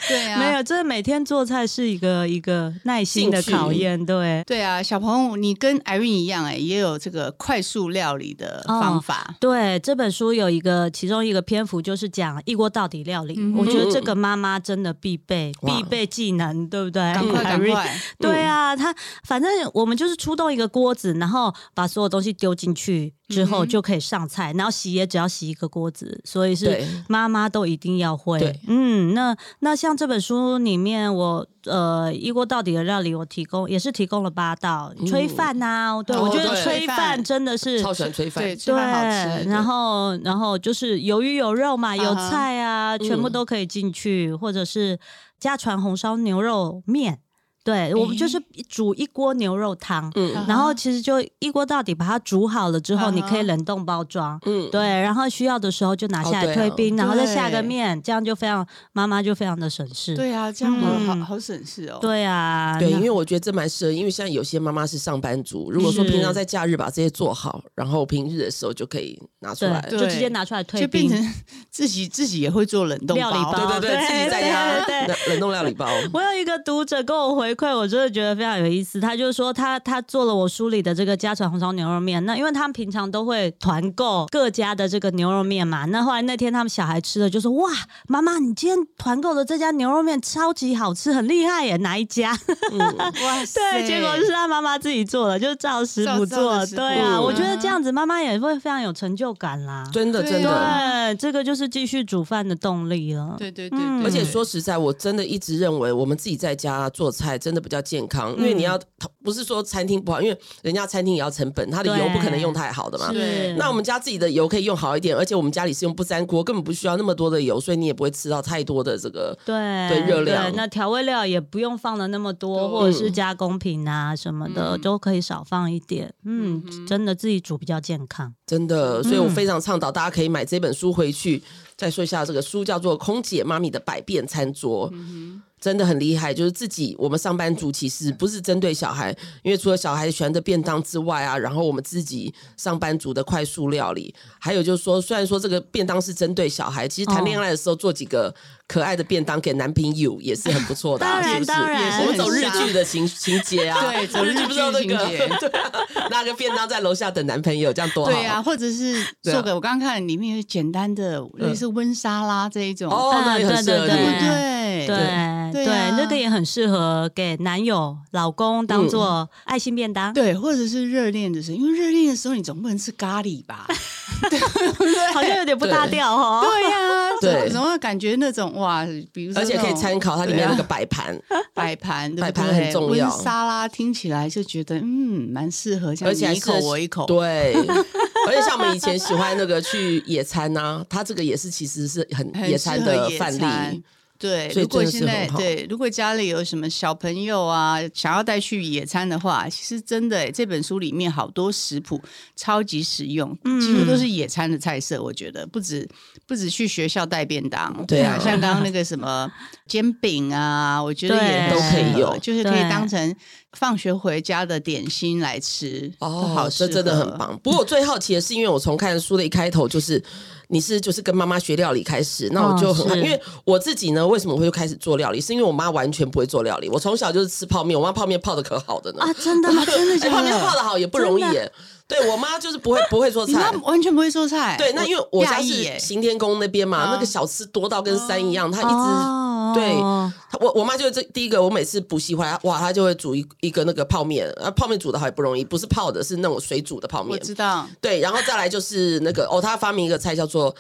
S4: 对啊，
S2: 没有，这每天做菜是一个一个耐心的
S3: 兴趣
S2: 考验，对。
S4: 对啊，小朋友，你跟 Irene 一样，哎，也有这个快速料理的方法。
S2: 对这本书有一个，其中一个篇幅就是讲一锅到底料理，
S4: 嗯
S2: 我觉得这个妈妈真的必备
S3: 哇
S2: 必备技能，对不对？
S4: 赶快赶
S2: Siri，
S4: 快
S2: 对啊，它反正我们就是出动一个锅子，然后把所有东西丢进去之后就可以上菜，然后洗也只要洗一个锅子，所以是
S3: 对
S2: 妈妈都一定要会
S3: 对。
S2: 嗯，那那像这本书里面我。呃，一锅到底的料理，我提供也是提供了八道炊饭啊，对、
S4: 嗯哦
S2: 我觉得
S3: 对
S2: 炊
S4: 炊饭
S2: 饭真的是
S3: 超喜欢嗯炊饭，
S4: 对，
S2: 对
S4: 吃，饭好吃。
S2: 然后然后就是有鱼有肉嘛，有
S4: 啊哈
S2: 菜啊，全部
S3: 嗯
S2: 都可以进去，或者是家传红烧牛肉面。对，我们就是煮一锅牛肉汤，
S3: 嗯
S2: 然后其实就一锅到底，把它煮好了之后，
S4: 啊哈
S2: 你可以冷冻包装。
S3: 嗯，
S2: 对，然后需要的时候就拿
S3: 哦
S2: 下来
S3: 对啊
S2: 退冰，然后再下个
S4: 对
S2: 面，这样就非常妈妈就非常的省事。
S4: 对啊，这样好
S2: 嗯
S4: 好好省事哦。
S2: 对啊，
S3: 对，
S2: 那
S3: 因为我觉得这蛮适合，因为现在有些妈妈是上班族，如果说
S2: 是
S3: 平常在假日把这些做好，然后平日的时候就可以拿出来。
S2: 对，就直接拿出来退
S4: 就变
S2: 冰。
S4: 成 自己自己也会做冷冻
S2: 料理包
S3: 对对
S2: 对
S3: 自己在
S2: 对
S3: 家
S2: 对
S3: 冷冷冻料理包，
S2: 我有一个读者跟我回馈，我真的觉得非常有意思。他就是说他他做了我书里的这个家传红烧牛肉面，那因为他们平常都会团购各家的这个牛肉面嘛。那后来那天他们小孩吃了，就说哇，妈妈，你今天团购的这家牛肉面超级好吃，很厉害耶，哪一家？
S4: 哇塞，
S2: 对，结果是 他妈妈自己做的，就是照师
S4: 照
S2: 傅
S4: 照
S2: 做。
S4: 着师傅
S2: 对啊，
S3: 嗯
S2: 我觉得这样子妈妈也会非常有成就感啦。
S3: 真的
S4: 对
S3: 真的。
S2: 对，这个就是继续煮饭的动力了。
S4: 对对对
S2: 嗯
S4: 对，
S3: 而且说实在，我真的一直认为我们自己在家做菜真的比较健康，因为你
S2: 嗯
S3: 要不是说餐厅不好，因为人家餐厅也要成本，它的油
S2: 对
S3: 不可能用太好的嘛。
S2: 是
S3: 那我们家自己的油可以用好一点，而且我们家里是用不粘锅，根本不需要那么多的油，所以你也不会吃到太多的这个。
S2: 对
S3: 对热量
S2: 对那调味料也不用放的那么多，
S4: 对
S2: 或者是加工品啊什么的、
S4: 嗯
S2: 都可以少放一点。嗯，真的自己煮比较健康。
S3: 真
S4: 嗯
S3: 的，所以我非常倡导大家可以买这本书回去。再说一下，这个书叫做《空姐妈咪的百变餐桌》，
S4: 嗯
S3: 真的很厉害。就是自己，我们上班族其实不是针对小孩，因为除了小孩喜欢的便当之外啊，然后我们自己上班族的快速料理，还有就是说，虽然说这个便当是针对小孩，其实谈恋爱的时候做几个可爱的便当给男朋友也是很不错 的、
S2: 当
S3: 啊，
S2: 然
S3: 是不是？
S2: 当然
S3: 我们走日剧的情情节啊，
S4: 对走
S3: 日
S4: 日
S3: 剧
S4: 剧
S3: 不是有那
S4: 情节
S3: 个 对啊，拿个便当在楼下等男朋友，这样多好。
S4: 对啊，或 者是
S3: 对啊
S4: 做个我刚刚看里面有简单的
S2: 嗯
S4: 类似温沙拉这一种，
S3: 哦，那也很适
S2: 啊
S3: 合
S2: 对
S4: 嗯对不
S3: 你。
S4: 对？
S2: 对
S4: 对啊
S2: 那个也很适合给男友、老公当做爱心便当。
S4: 对，或者是热恋的时候，因为热恋的时候你总不能吃咖喱吧？
S2: 好像有点不搭调哦。
S4: 对呀、
S3: 对
S4: 总总会感觉那种哇，比如说
S3: 而且可以参
S4: 考
S3: 考它里面那个摆 盘，
S4: 摆盘，对不
S3: 摆盘
S4: 对
S3: 很重要
S4: 温沙拉听起来就觉得嗯，蛮适合，像
S3: 而且还
S4: 你一口
S3: 是
S4: 我一口，
S3: 对，而且像我们以前喜欢那个去野餐呐，它这个也是其实是很
S4: 很
S3: 野
S4: 适
S3: 餐
S4: 合
S3: 的
S4: 野
S3: 范例
S4: 餐。对，
S3: 所以
S4: 如果
S3: 真的是
S4: 现在
S3: 很好
S4: 对，如果家里有什么小朋友啊，想要带去野餐的话，其实真的欸这本书里面好多食谱超级实用，几乎
S3: 嗯
S4: 都是野餐的菜色。我觉得不止不止去学校带便当，
S3: 对啊
S4: 像刚刚那个什么煎饼啊，我觉得
S2: 对
S4: 也
S2: 都可
S3: 以
S4: 适合
S3: 有
S4: 就是可以
S2: 对
S4: 当成放学回家的点心来吃。都好
S3: 哦，
S4: 适
S3: 这
S4: 合，
S3: 真的很棒。不过我最好奇的是，因为我从看书的一开头就是，你是就是跟妈妈学料理开始，那我就很、
S2: 哦是
S3: 因为我自己呢，为什么会开始做料理？是因为我妈完全不会做料理，我从小就是吃泡面，我妈泡面泡的可好的呢。
S2: 啊，真的吗？真的
S3: 哎，
S2: 假
S3: 泡面
S2: 的？
S3: 泡的好也不容易耶。对我妈就是不会不会做
S4: 你妈
S3: 菜，
S4: 完全不会做菜，
S3: 对，那因为我家
S4: 哎讶异
S3: 是
S4: 耶
S3: 行天宫那边嘛，
S4: 啊
S3: 那个小吃多到跟山一样，她一直。
S2: 哦
S3: 对她我我妈就是这第一个，我每次补习回来，哇，她就会煮一一个那个泡面，啊，泡面煮的好也不容易，不是泡的，是那种水煮的泡
S4: 我
S3: 面。
S4: 知道，
S3: 对，然后再来就是那个哦，她发明一个菜叫做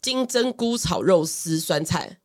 S3: 金针菇炒肉丝酸菜，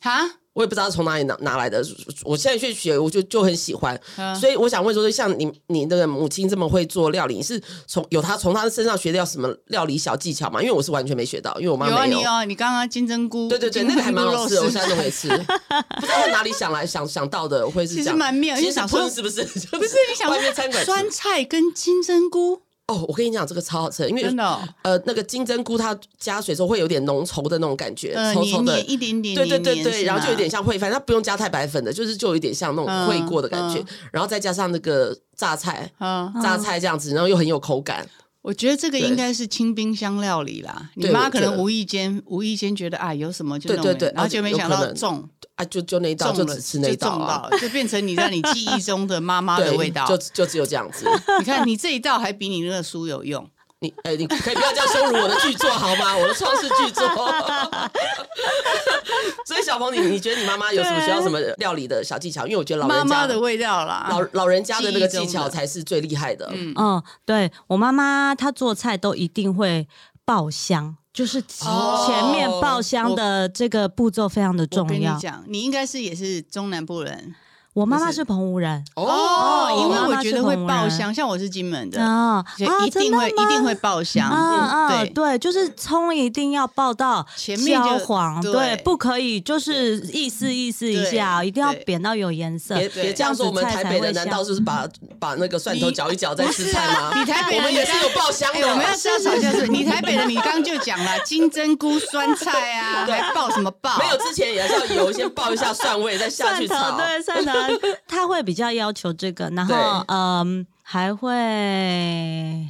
S4: 哈，
S3: 我也不知道从哪里拿拿来的，我现在去学，我就就很喜欢。
S4: 嗯
S3: 所以我想问说，像你你那个母亲这么会做料理，你是从有她从她身上学到什么料理小技巧吗？因为我是完全没学到，因为我妈
S4: 有啊，
S3: 没
S4: 你哦，你刚刚金针菇，
S3: 对对对，那
S4: 金针
S3: 个还蛮
S4: 菇
S3: 好哦
S4: 肉
S3: 吃的，我
S4: 丝
S3: 现在 都没吃， 不知道哪里想来想想到的会是这
S4: 其
S3: 样，
S4: 实蛮妙因
S3: 其
S4: 为
S3: 实
S4: 想
S3: 不
S4: 说
S3: 是不是？ 不
S4: 不是你想
S3: 外面餐馆
S4: 说
S3: 吃
S4: 酸菜跟金针菇，
S3: 哦，我跟你讲这个超好吃，因为
S4: 真的哦，
S3: 呃那个金针菇它加水的时候会有点浓稠的那种感觉，
S4: 呃，
S3: 稠稠
S4: 黏
S3: 的。
S4: 黏一点点，
S3: 对对对
S4: 黏
S3: 对，然后就有点，像烩饭，它不用加太白粉的，就是就有一点像那种烩过的感觉，
S4: 嗯
S3: 然后再加上那个榨菜，
S4: 黏是吗嗯，
S3: 榨菜这样子，然后又很有口感。
S4: 我觉得这个
S3: 对
S4: 应该是清冰箱料理啦。你
S3: 对我
S4: 妈可
S3: 觉
S4: 能
S3: 得
S4: 无意间无意间觉得啊有什么就
S3: 对
S4: 弄
S3: 对
S4: 了
S3: 对
S4: 然后就没
S3: 有
S4: 想
S3: 可
S4: 到
S3: 能
S4: 中
S3: 啊，就就那一道，
S4: 中
S3: 就
S4: 了
S3: 只吃那一
S4: 就
S3: 道
S4: 中
S3: 啊，
S4: 到，就变成你在你记忆中的妈妈
S3: 对，
S4: 的味道。
S3: 就就只有这样子。
S4: 你看你这一道还比你那个书有用，
S3: 你哎、你可以不要这样羞辱我的剧作好吗？我的创世巨作。 所以小鹏，你你觉得你妈妈有什么需要什么料理的小技巧？因为我觉得老
S4: 妈
S3: 人
S4: 妈
S3: 家
S4: 的味道啦。
S3: 老老人家的那个
S4: 记忆
S3: 技
S4: 中
S3: 巧
S4: 的
S3: 才是最厉害的。
S4: 嗯
S2: 嗯，对我妈妈她做菜都一定会爆香，就是前
S3: 哦
S2: 前面爆香的这个步骤非常的
S4: 我
S2: 重
S4: 跟你
S2: 要。
S4: 讲，你应该是也是中南部人
S2: 我妈妈
S4: 就是
S2: 是澎湖人
S4: 哦，因为
S2: 妈
S4: 我
S2: 妈
S4: 觉
S2: 是
S4: 得会
S2: 澎湖
S4: 爆
S2: 人
S4: 香，像我是金门的，
S2: 啊
S4: 哦所以
S2: 啊，
S4: 一定
S2: 真的
S4: 会
S2: 吗
S4: 一定会爆
S2: 啊
S4: 香。嗯
S2: 啊，
S4: 对
S2: 对，就是葱一定要爆到
S4: 前面就
S2: 焦黄，
S4: 对
S2: 对，不可以就是意思意思一下，
S4: 对
S2: 一定要
S4: 对
S2: 扁到有颜色。
S3: 别别这样说，我们台北的难道就是把
S4: 嗯
S3: 把那个蒜头搅一搅再吃菜吗？
S4: 啊你台北
S3: 我们
S4: 人
S3: 也是有爆香
S4: 哎、
S3: 的。
S4: 我们要是要吵架是，你台北的，你刚刚就讲了金针菇酸菜 啊，还爆什么爆？
S3: 没有之前也是要油先爆一下蒜味，再下
S2: 蒜
S3: 去
S2: 头
S3: 炒。
S2: 对蒜 头，他会比较要求这个，然后
S3: 对
S2: 嗯，还会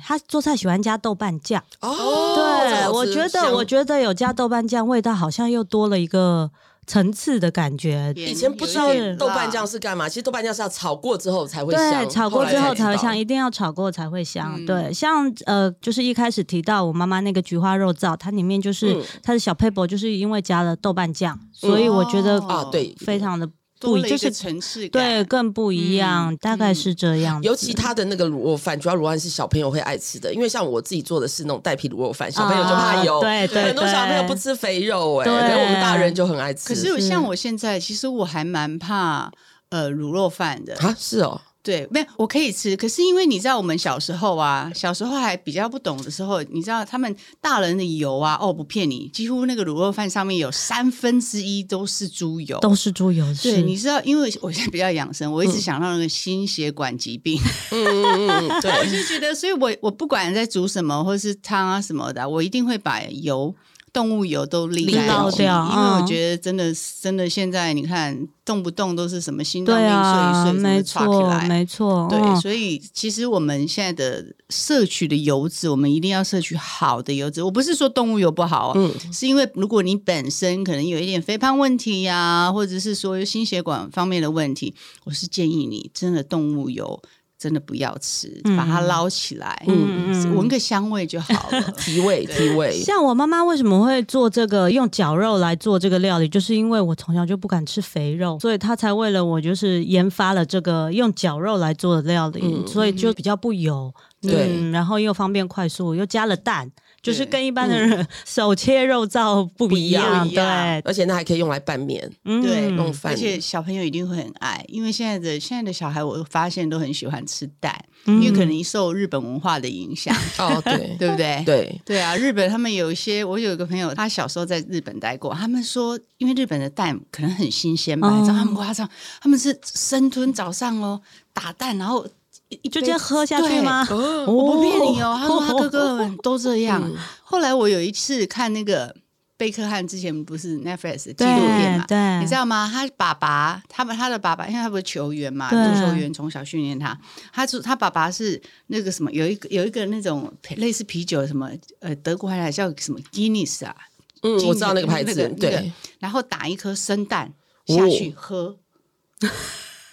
S2: 他做菜喜欢加豆瓣酱。
S3: 哦，这
S2: 对，
S3: 好
S2: 我
S3: 吃
S2: 觉得
S3: 香
S2: 我觉得有加豆瓣酱，味道好像又多了一个层次的感觉。
S4: 也
S3: 以前不知道豆瓣酱是干嘛，其实豆瓣酱是要炒过之后才会
S2: 对，
S3: 香，
S2: 炒过之后才会
S3: 知道
S2: 香，一定要炒过才会香。
S4: 嗯
S2: 对，像呃，就是一开始提到我妈妈那个菊花肉燥，它里面就是、
S3: 嗯
S2: 它的小 paper，就是因为加了豆瓣酱，所以我觉得
S4: 哦
S3: 啊，对，
S2: 非常的不
S4: 多
S2: 一，
S4: 了
S2: 就
S4: 一
S2: 是
S4: 个层次
S2: 对
S4: 感。
S2: 更不一
S3: 嗯
S2: 样，大概是这样子。
S3: 尤其他的那个卤肉饭，主要卤肉饭是小朋友会爱吃的，因为像我自己做的是那种带皮卤肉饭，小朋友就怕
S2: 啊
S3: 油，
S2: 对对，
S3: 很多小朋友不
S2: 对
S3: 吃肥肉哎、
S2: 对
S3: 可是我们大人就很爱吃。
S4: 可是像我现在，其实我还蛮怕呃卤肉饭的。
S3: 啊，是哦，
S4: 对，没有我可以吃，可是因为你知道我们小时候啊，小时候还比较不懂的时候，你知道他们大人的油啊，哦不骗你，几乎那个卤肉饭上面有三分之一都是猪油。
S2: 都是猪油
S4: 对，
S2: 是。嗯
S4: 你知道，因为我现在比较养生，我一直想到那个心血管疾病，
S3: 嗯嗯嗯嗯，对，
S4: 我就觉得，所以我我不管在煮什么，或是汤啊什么的，我一定会把油、动物油都
S3: 沥
S4: 沥干净
S2: 掉
S4: 因为
S2: 嗯
S4: 我觉得真的真的现在你看，动不动都是什么心脏
S2: 对
S4: 病
S2: 啊，
S4: 碎一碎，
S2: 没
S4: 什么
S2: 错
S4: 岔，起来。
S2: 没错，嗯
S4: 对，所以其实我们现在的摄取的油脂，我们一定要摄取好的油脂。我不是说动物油不好啊，
S3: 嗯
S4: 是因为如果你本身可能有一点肥胖问题呀、或者是说有心血管方面的问题，我是建议你真的动物油真的不要吃，
S2: 嗯
S4: 把它捞起来，
S2: 嗯嗯嗯
S4: 闻个香味就好 了。
S3: 提味提味，
S2: 像我妈妈为什么会做这个用绞肉来做这个料理，就是因为我从小就不敢吃肥肉，所以她才为了我就是研发了这个用绞肉来做的料理，
S3: 嗯
S2: 所以就比较不油，
S3: 对
S2: 嗯，然后又方便快速，又加了蛋，就是
S4: 对
S2: 跟一般的人、 手切肉燥不一样，
S4: 不一样
S3: 而且那还可以用来拌面，
S2: 对，
S4: 对哦
S3: 弄
S2: 嗯，
S3: 饭
S4: 而且小朋友一定会很爱，因为现在的现在的小孩，我发现都很喜欢吃蛋，
S2: 嗯
S4: 因为可能受日本文化的影响，
S3: 哦， 对
S4: 对不对？
S3: 对，
S4: 对啊，日本他们有一些，我有一个朋友，他小时候在日本待过，他们说，因为日本的蛋可能很新鲜嘛，
S2: 哦
S4: 你知道他们夸张，他们是生吞早上哦打蛋，然后一一
S2: 就
S4: 杯
S2: 这样喝下去吗？
S3: 哦
S4: 对？我不骗你哦，他说他哥哥们都这样。
S3: 嗯
S4: 后来我有一次看那个贝克汉之前不是 Netflix 的纪录
S2: 对
S4: 片嘛，
S2: 对，
S4: 你知道吗？他爸爸，他们他的爸爸，因为他不是球员嘛，足
S2: 对
S4: 球员从小训练他。他是他爸爸是那个什么，有一个有一个那种类似啤酒什么，呃，德国还叫什么 Guinness 啊，
S3: 嗯，我知道那个牌
S4: 那
S3: 子，
S4: 个那
S3: 对
S4: 个，然后打一颗生蛋
S3: 哦
S4: 下去喝，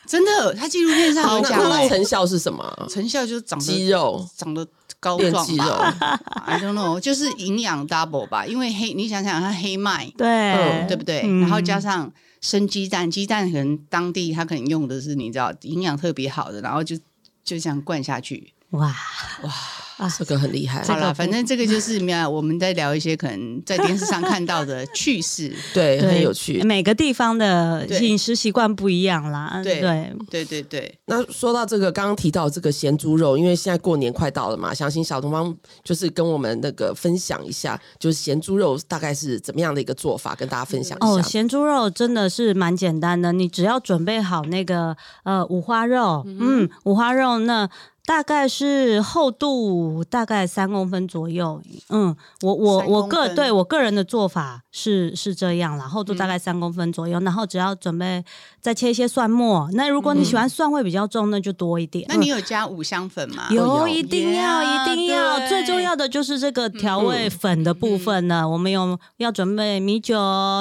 S4: 真的，他纪录片上
S3: 好，
S4: 有
S3: 那
S4: 讲
S3: 那
S4: 哦，
S3: 成效是什么？
S4: 成效就长
S3: 鸡
S4: 得
S3: 肉
S4: 长得高
S3: 变
S4: 壮
S3: 鸡肉
S4: 吧，I don't know，就是营养 double 吧，因为黑你想想，它黑麦。
S2: 对、
S3: 嗯
S4: 对不对？
S2: 嗯
S4: 然后加上生鸡蛋，鸡蛋可能当地他可能用的是你知道营养特别好的，然后就就这样灌下去。
S2: 哇，
S3: 这个很厉害，
S4: 好了，
S2: 不
S4: 反正这个就是没有我们在聊一些可能在电视上看到的趣事。
S3: 对，
S2: 对
S3: 很有趣。
S2: 每个地方的
S4: 对
S2: 饮食习惯不一样啦，
S4: 对
S2: 对
S4: 对对对，
S3: 那说到这个，刚刚提到这个咸猪肉，因为现在过年快到了嘛，想请小东方就是跟我们那个分享一下，就是咸猪肉大概是怎么样的一个做法，跟大家分享
S2: 哦，
S3: 一下。
S2: 咸猪肉真的是蛮简单的，你只要准备好那个呃五花肉，嗯，五花肉那。大概是厚度大概三公分左右，嗯，我我
S4: 3
S2: 我
S4: 公
S2: 个
S4: 分
S2: 对我个人的做法是是这样啦，厚度大
S4: 嗯
S2: 概三公分左右，然后只要准备再切一些蒜末，那如果你喜欢蒜味比较重，那就多一点。
S4: 嗯那你有加五香粉吗？
S2: 有，
S3: 有
S2: 一定要
S4: Yeah，
S2: 一定要
S4: 对
S2: 最重要的就是这个调味粉的部分呢。我们有要准备米酒，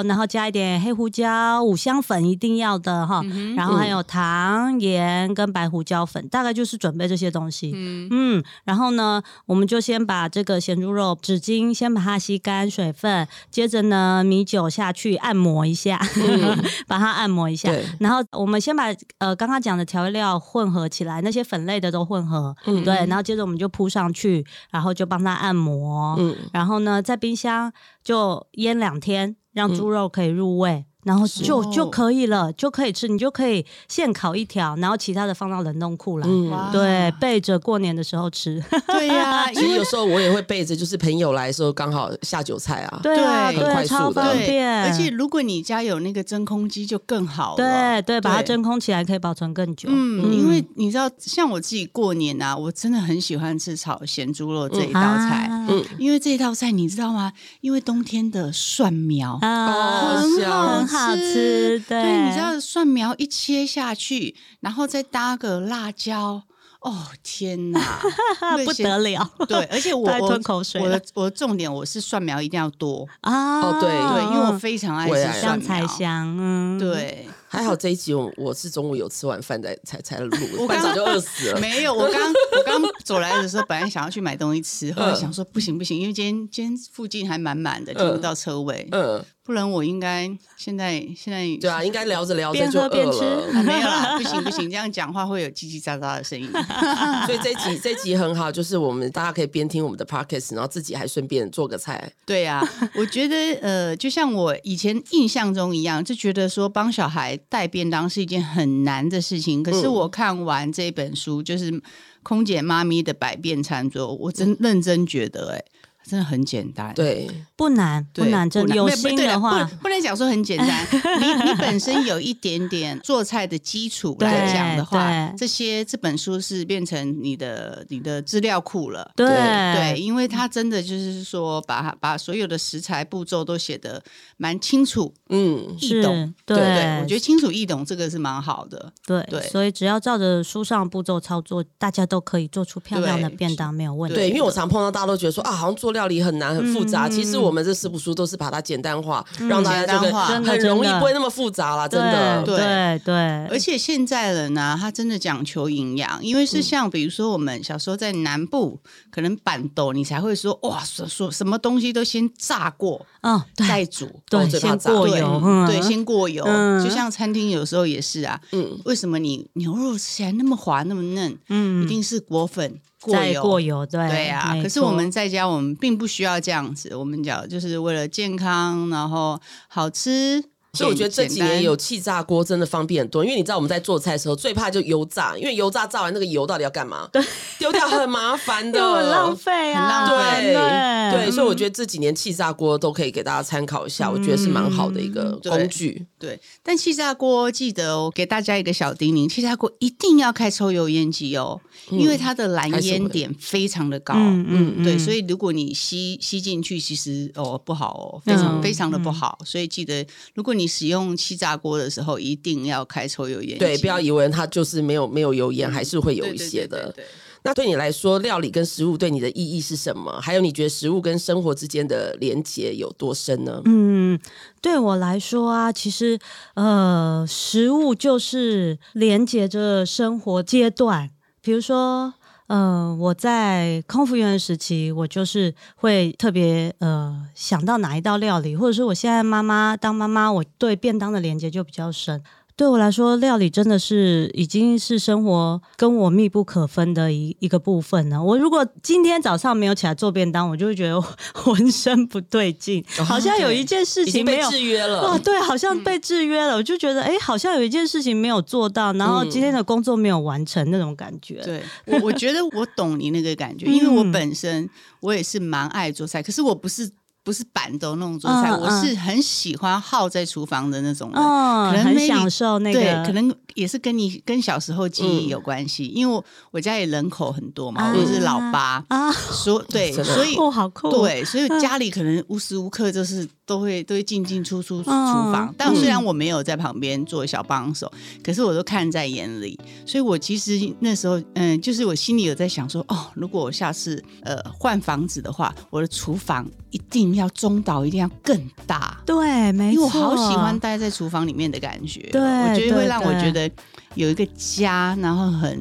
S2: 然后加一点黑胡椒、五香粉，一定要的哈。然后还有糖、盐跟白胡椒粉，大概就是准备这些东西。嗯然后呢，我们就先把这个咸猪肉纸巾先把它吸干水分，接着呢米酒下去按摩一下， 把它按摩一下。
S3: 对
S2: 然后我们先把呃刚刚讲的调味料混合起来，那些粉类的都混合，
S3: 嗯
S2: 对，然后接着我们就铺上去，然后就帮它按摩，
S3: 嗯，
S2: 然后呢在冰箱就腌两天，让猪肉可以入味。然后就
S4: 哦
S2: 就可以了，就可以吃，你就可以现烤一条，然后其他的放到冷冻库来，
S3: 嗯
S4: 哇
S2: 对，备着过年的时候吃。
S4: 对呀、
S3: 所
S4: 因
S3: 以
S4: 为
S3: 有时候我也会备着，就是朋友来的时候刚好下酒菜 啊。
S2: 对啊，
S4: 对
S2: 对啊，
S3: 很快速的
S2: 超方
S4: 对，
S2: 便，
S4: 而且如果你家有那个真空机就更好
S2: 对
S4: 了。
S2: 对，把它
S4: 对
S2: 真空起来可以保存更久。
S4: 嗯，因为你知道，像我自己过年啊，我真的很喜欢吃炒咸猪肉这一道菜，
S2: 啊
S3: 嗯
S4: 因为这一道菜你知道吗？因为冬天的蒜苗，
S2: 啊，
S3: 哦
S4: 很
S3: 香
S4: 好
S2: 很好吃
S4: 对，
S2: 对，
S4: 你知道蒜苗一切下去，然后再搭个辣椒，哦天哪
S2: 不得
S4: 了！
S2: 了
S4: 对，而且我
S2: 大家
S4: 我
S2: 吞口水
S4: 我
S2: 了
S4: 的我的重点我是蒜苗一定要多，
S2: 啊！
S3: 哦对
S4: 对，因为我
S2: 嗯
S4: 非常爱
S3: 我也爱
S2: 这
S4: 吃
S2: 样
S4: 蒜苗。
S2: 才香，嗯，。
S4: 对，
S3: 还好这一集我我是中午有吃完饭再才才录的，
S4: 我
S3: 不然
S4: 刚
S3: 早就饿死了。
S4: 没有，我刚我刚走来的时候，本来想要去买东西吃，后来想说不行不行，因为今天今天附近还满满的，
S3: 嗯
S4: 订不到车位，
S3: 嗯，
S4: 不然我应该现在现在
S3: 对啊，应该聊着聊着
S2: 边
S3: 就
S2: 喝边
S3: 饿了。
S4: 啊没有啦，不行不行，这样讲话会有叽叽喳喳的声音。
S3: 所以这一集这一集很好，就是我们大家可以边听我们的 podcast，然后自己还顺便做个菜。
S4: 对呀、我觉得呃，就像我以前印象中一样，就觉得说帮小孩带便当是一件很难的事情。可是
S3: 嗯
S4: 我看完这本书，就是《空姐妈咪的百变餐桌》，我真认真觉得、哎，真的很简单。。
S3: 对，
S2: 不难，不
S4: 对，
S2: 难，真的有
S4: 不
S2: 心
S4: 对
S2: 的
S4: 不
S2: 话
S4: 能，不能讲说很简 单。你你本身有一点点做菜的基础
S2: 对
S4: 来讲的话，
S2: 对
S4: 这些这本书是变成你的你的资料库了。
S2: 对嗯
S4: 对，因为它真的就是说把，把所有的食材步骤都写得蛮清楚
S3: 嗯，
S4: 易懂
S2: 是，。
S4: 对对，我
S2: 嗯
S4: 觉得清楚易懂这个是蛮好的。
S2: 对
S4: 对
S2: 所以只要照着书上步骤操作，大家都可以做出漂亮的
S4: 对
S2: 便当，没有问
S3: 对，
S2: 题。
S3: 因为我常碰到大家都觉得说啊，好像做料理很难很复杂，其实我们这四部书都是把它简单化，让大家就可
S4: 简单化
S3: 以
S2: 真的
S3: 很容易
S2: 真的
S3: 不会那么复杂啦，真
S2: 对
S3: 的。
S2: 对对，
S4: 而且现在人呢、他真的讲求营养，因为
S2: 嗯
S4: 是像比如说我们小时候在南部，可能板豆你才会说哇，说说什么东西都先炸过
S2: 嗯，对
S4: 再哦煮，
S3: 我
S2: 对，
S3: 嘴巴
S2: 先
S3: 炸
S2: 过
S4: 对
S2: 油，
S4: 对，
S2: 嗯
S4: 先过油。
S2: 嗯
S4: 就像餐厅有时候也是啊，
S3: 嗯，
S4: 为什么你牛肉吃起来那么滑那么嫩，一
S2: 嗯，
S4: 定是裹粉过
S2: 再
S4: 油。
S2: 过油，对
S4: 对呀、
S2: 没
S4: 可是
S2: 错
S4: 我们在家，我们并不需要这样子。我们讲就是为了健康，然后好吃。
S3: 所以我觉得这
S4: 简
S3: 几
S4: 简单
S3: 年有气炸锅真的方便很多，因为你知道我们在做菜的时候最怕就油炸，因为油炸炸完那个油到底要干嘛？对，丢掉很麻烦 的，
S2: 又很浪。费啊，
S4: 很浪费
S3: 对对，
S2: 对
S3: 所以我觉得
S4: 嗯
S3: 这几年气炸锅都可以给大家参考一下，我觉得是蛮好的一个
S4: 对
S3: 工具。
S4: 对，但气炸锅记得哦，给大家一个小叮咛：气炸锅一定要开抽油烟机哦，因为它的
S3: 还
S4: 燃
S3: 是
S4: 烟
S3: 嗯会
S4: 点非常的高。
S2: 嗯嗯，
S4: 对，
S2: 嗯
S4: 所以如果你吸吸进去，其实哦不好哦，非常、
S2: 嗯
S4: 非常的不好。所以记得，如果你使用气炸锅的时候，一定要开抽油烟机，
S3: 对，不要以为它就是没有没有油烟，还是会有
S4: 对
S3: 一些的。
S4: 对对对对
S3: 那对你来说，料理跟食物对你的意义是什么？还有，你觉得食物跟生活之间的连结有多深呢？
S2: 嗯，对我来说啊，其实呃，食物就是连接着生活阶段，比如说。呃，我在空服员的时期，我就是会特别呃想到哪一道料理，或者是我现在妈妈当妈妈，我对便当的连接就比较深。对我来说，料理真的是已经是生活跟我密不可分的一一个部分了。我如果今天早上没有起来做便当，我 就会觉得浑身不对劲，好像有一件事
S3: 已经
S2: 情没
S3: 被
S2: 有。
S3: 制约
S2: 哦，
S3: 了。
S2: 对，好像被制约了，我就觉得，哎，好像有一件事情没有做到，然后今天的工作没有完成那种感觉。
S4: 嗯对我，我觉得我懂你那个感觉，因为我
S2: 嗯
S4: 本身我也是蛮爱做菜，可是我不是不是板豆那种做菜，
S2: 嗯
S4: 我是很喜欢耗在厨房的那种人。
S2: 嗯，
S4: 可能
S2: 很
S4: maybe-
S2: 享受那个，嗯
S4: 对，可能也是跟你跟小时候记忆有关系，因为我我家里人口很多嘛，
S2: 啊
S4: 我是老八，
S2: 啊，
S4: 所对，
S3: 真的
S4: 所以
S2: 哦，好酷，，
S4: 对，所
S2: 嗯
S4: 以家里可能无时无刻就是都会都会进进出出厨房
S2: 嗯。
S4: 但虽然我没有在旁边做小帮手，可是我都看在眼里。所以我其实那时候，嗯，就是我心里有在想说，哦，如果我下次呃换房子的话，我的厨房一定要中岛一定要更大，
S2: 对，没
S4: 因为
S2: 错，
S4: 我好喜欢待在厨房里面的感觉。哦
S2: 对
S4: 我觉得
S2: 对
S4: 会让我
S2: 对
S4: 觉得。有一个家，然后很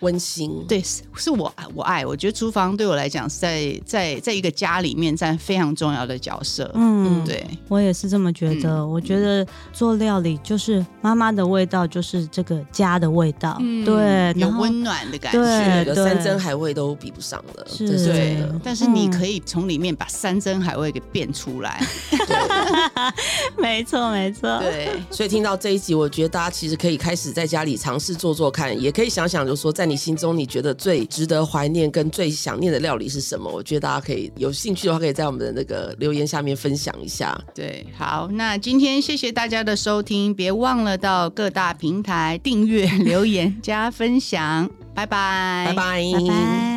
S3: 温馨。
S4: 对，是是我我爱，我觉得厨房对我来讲是在在在一个家里面占非常重要的角色。
S2: 嗯，
S4: 对，嗯
S2: 我也是这么觉得。我觉得做料理就是妈妈的味道，就是这个家的味道。嗯对，
S4: 嗯有
S2: 然后
S4: 温暖的感
S2: 对
S4: 觉。
S3: 那个
S2: 对
S3: 山珍海味都比不上的，
S2: 是
S3: 这是真
S4: 对
S2: 嗯
S3: 的。，
S4: 但是你可以从里面把山珍海味给变出 来。
S2: 没错没错。
S4: 对，
S3: 所以听到这一集，我觉得大家其实可以开始在家里尝试做做看，也可以想想，就是说在你心中你觉得最值得怀念跟最想念的料理是什么？我觉得大家可以有兴趣的话，可以在我们的那个留言下面分享一下。
S4: 对，好，那今天谢谢大家的收听，别忘了到各 大平台订阅、留言、加分享，拜拜，
S3: 拜拜，
S2: 拜拜。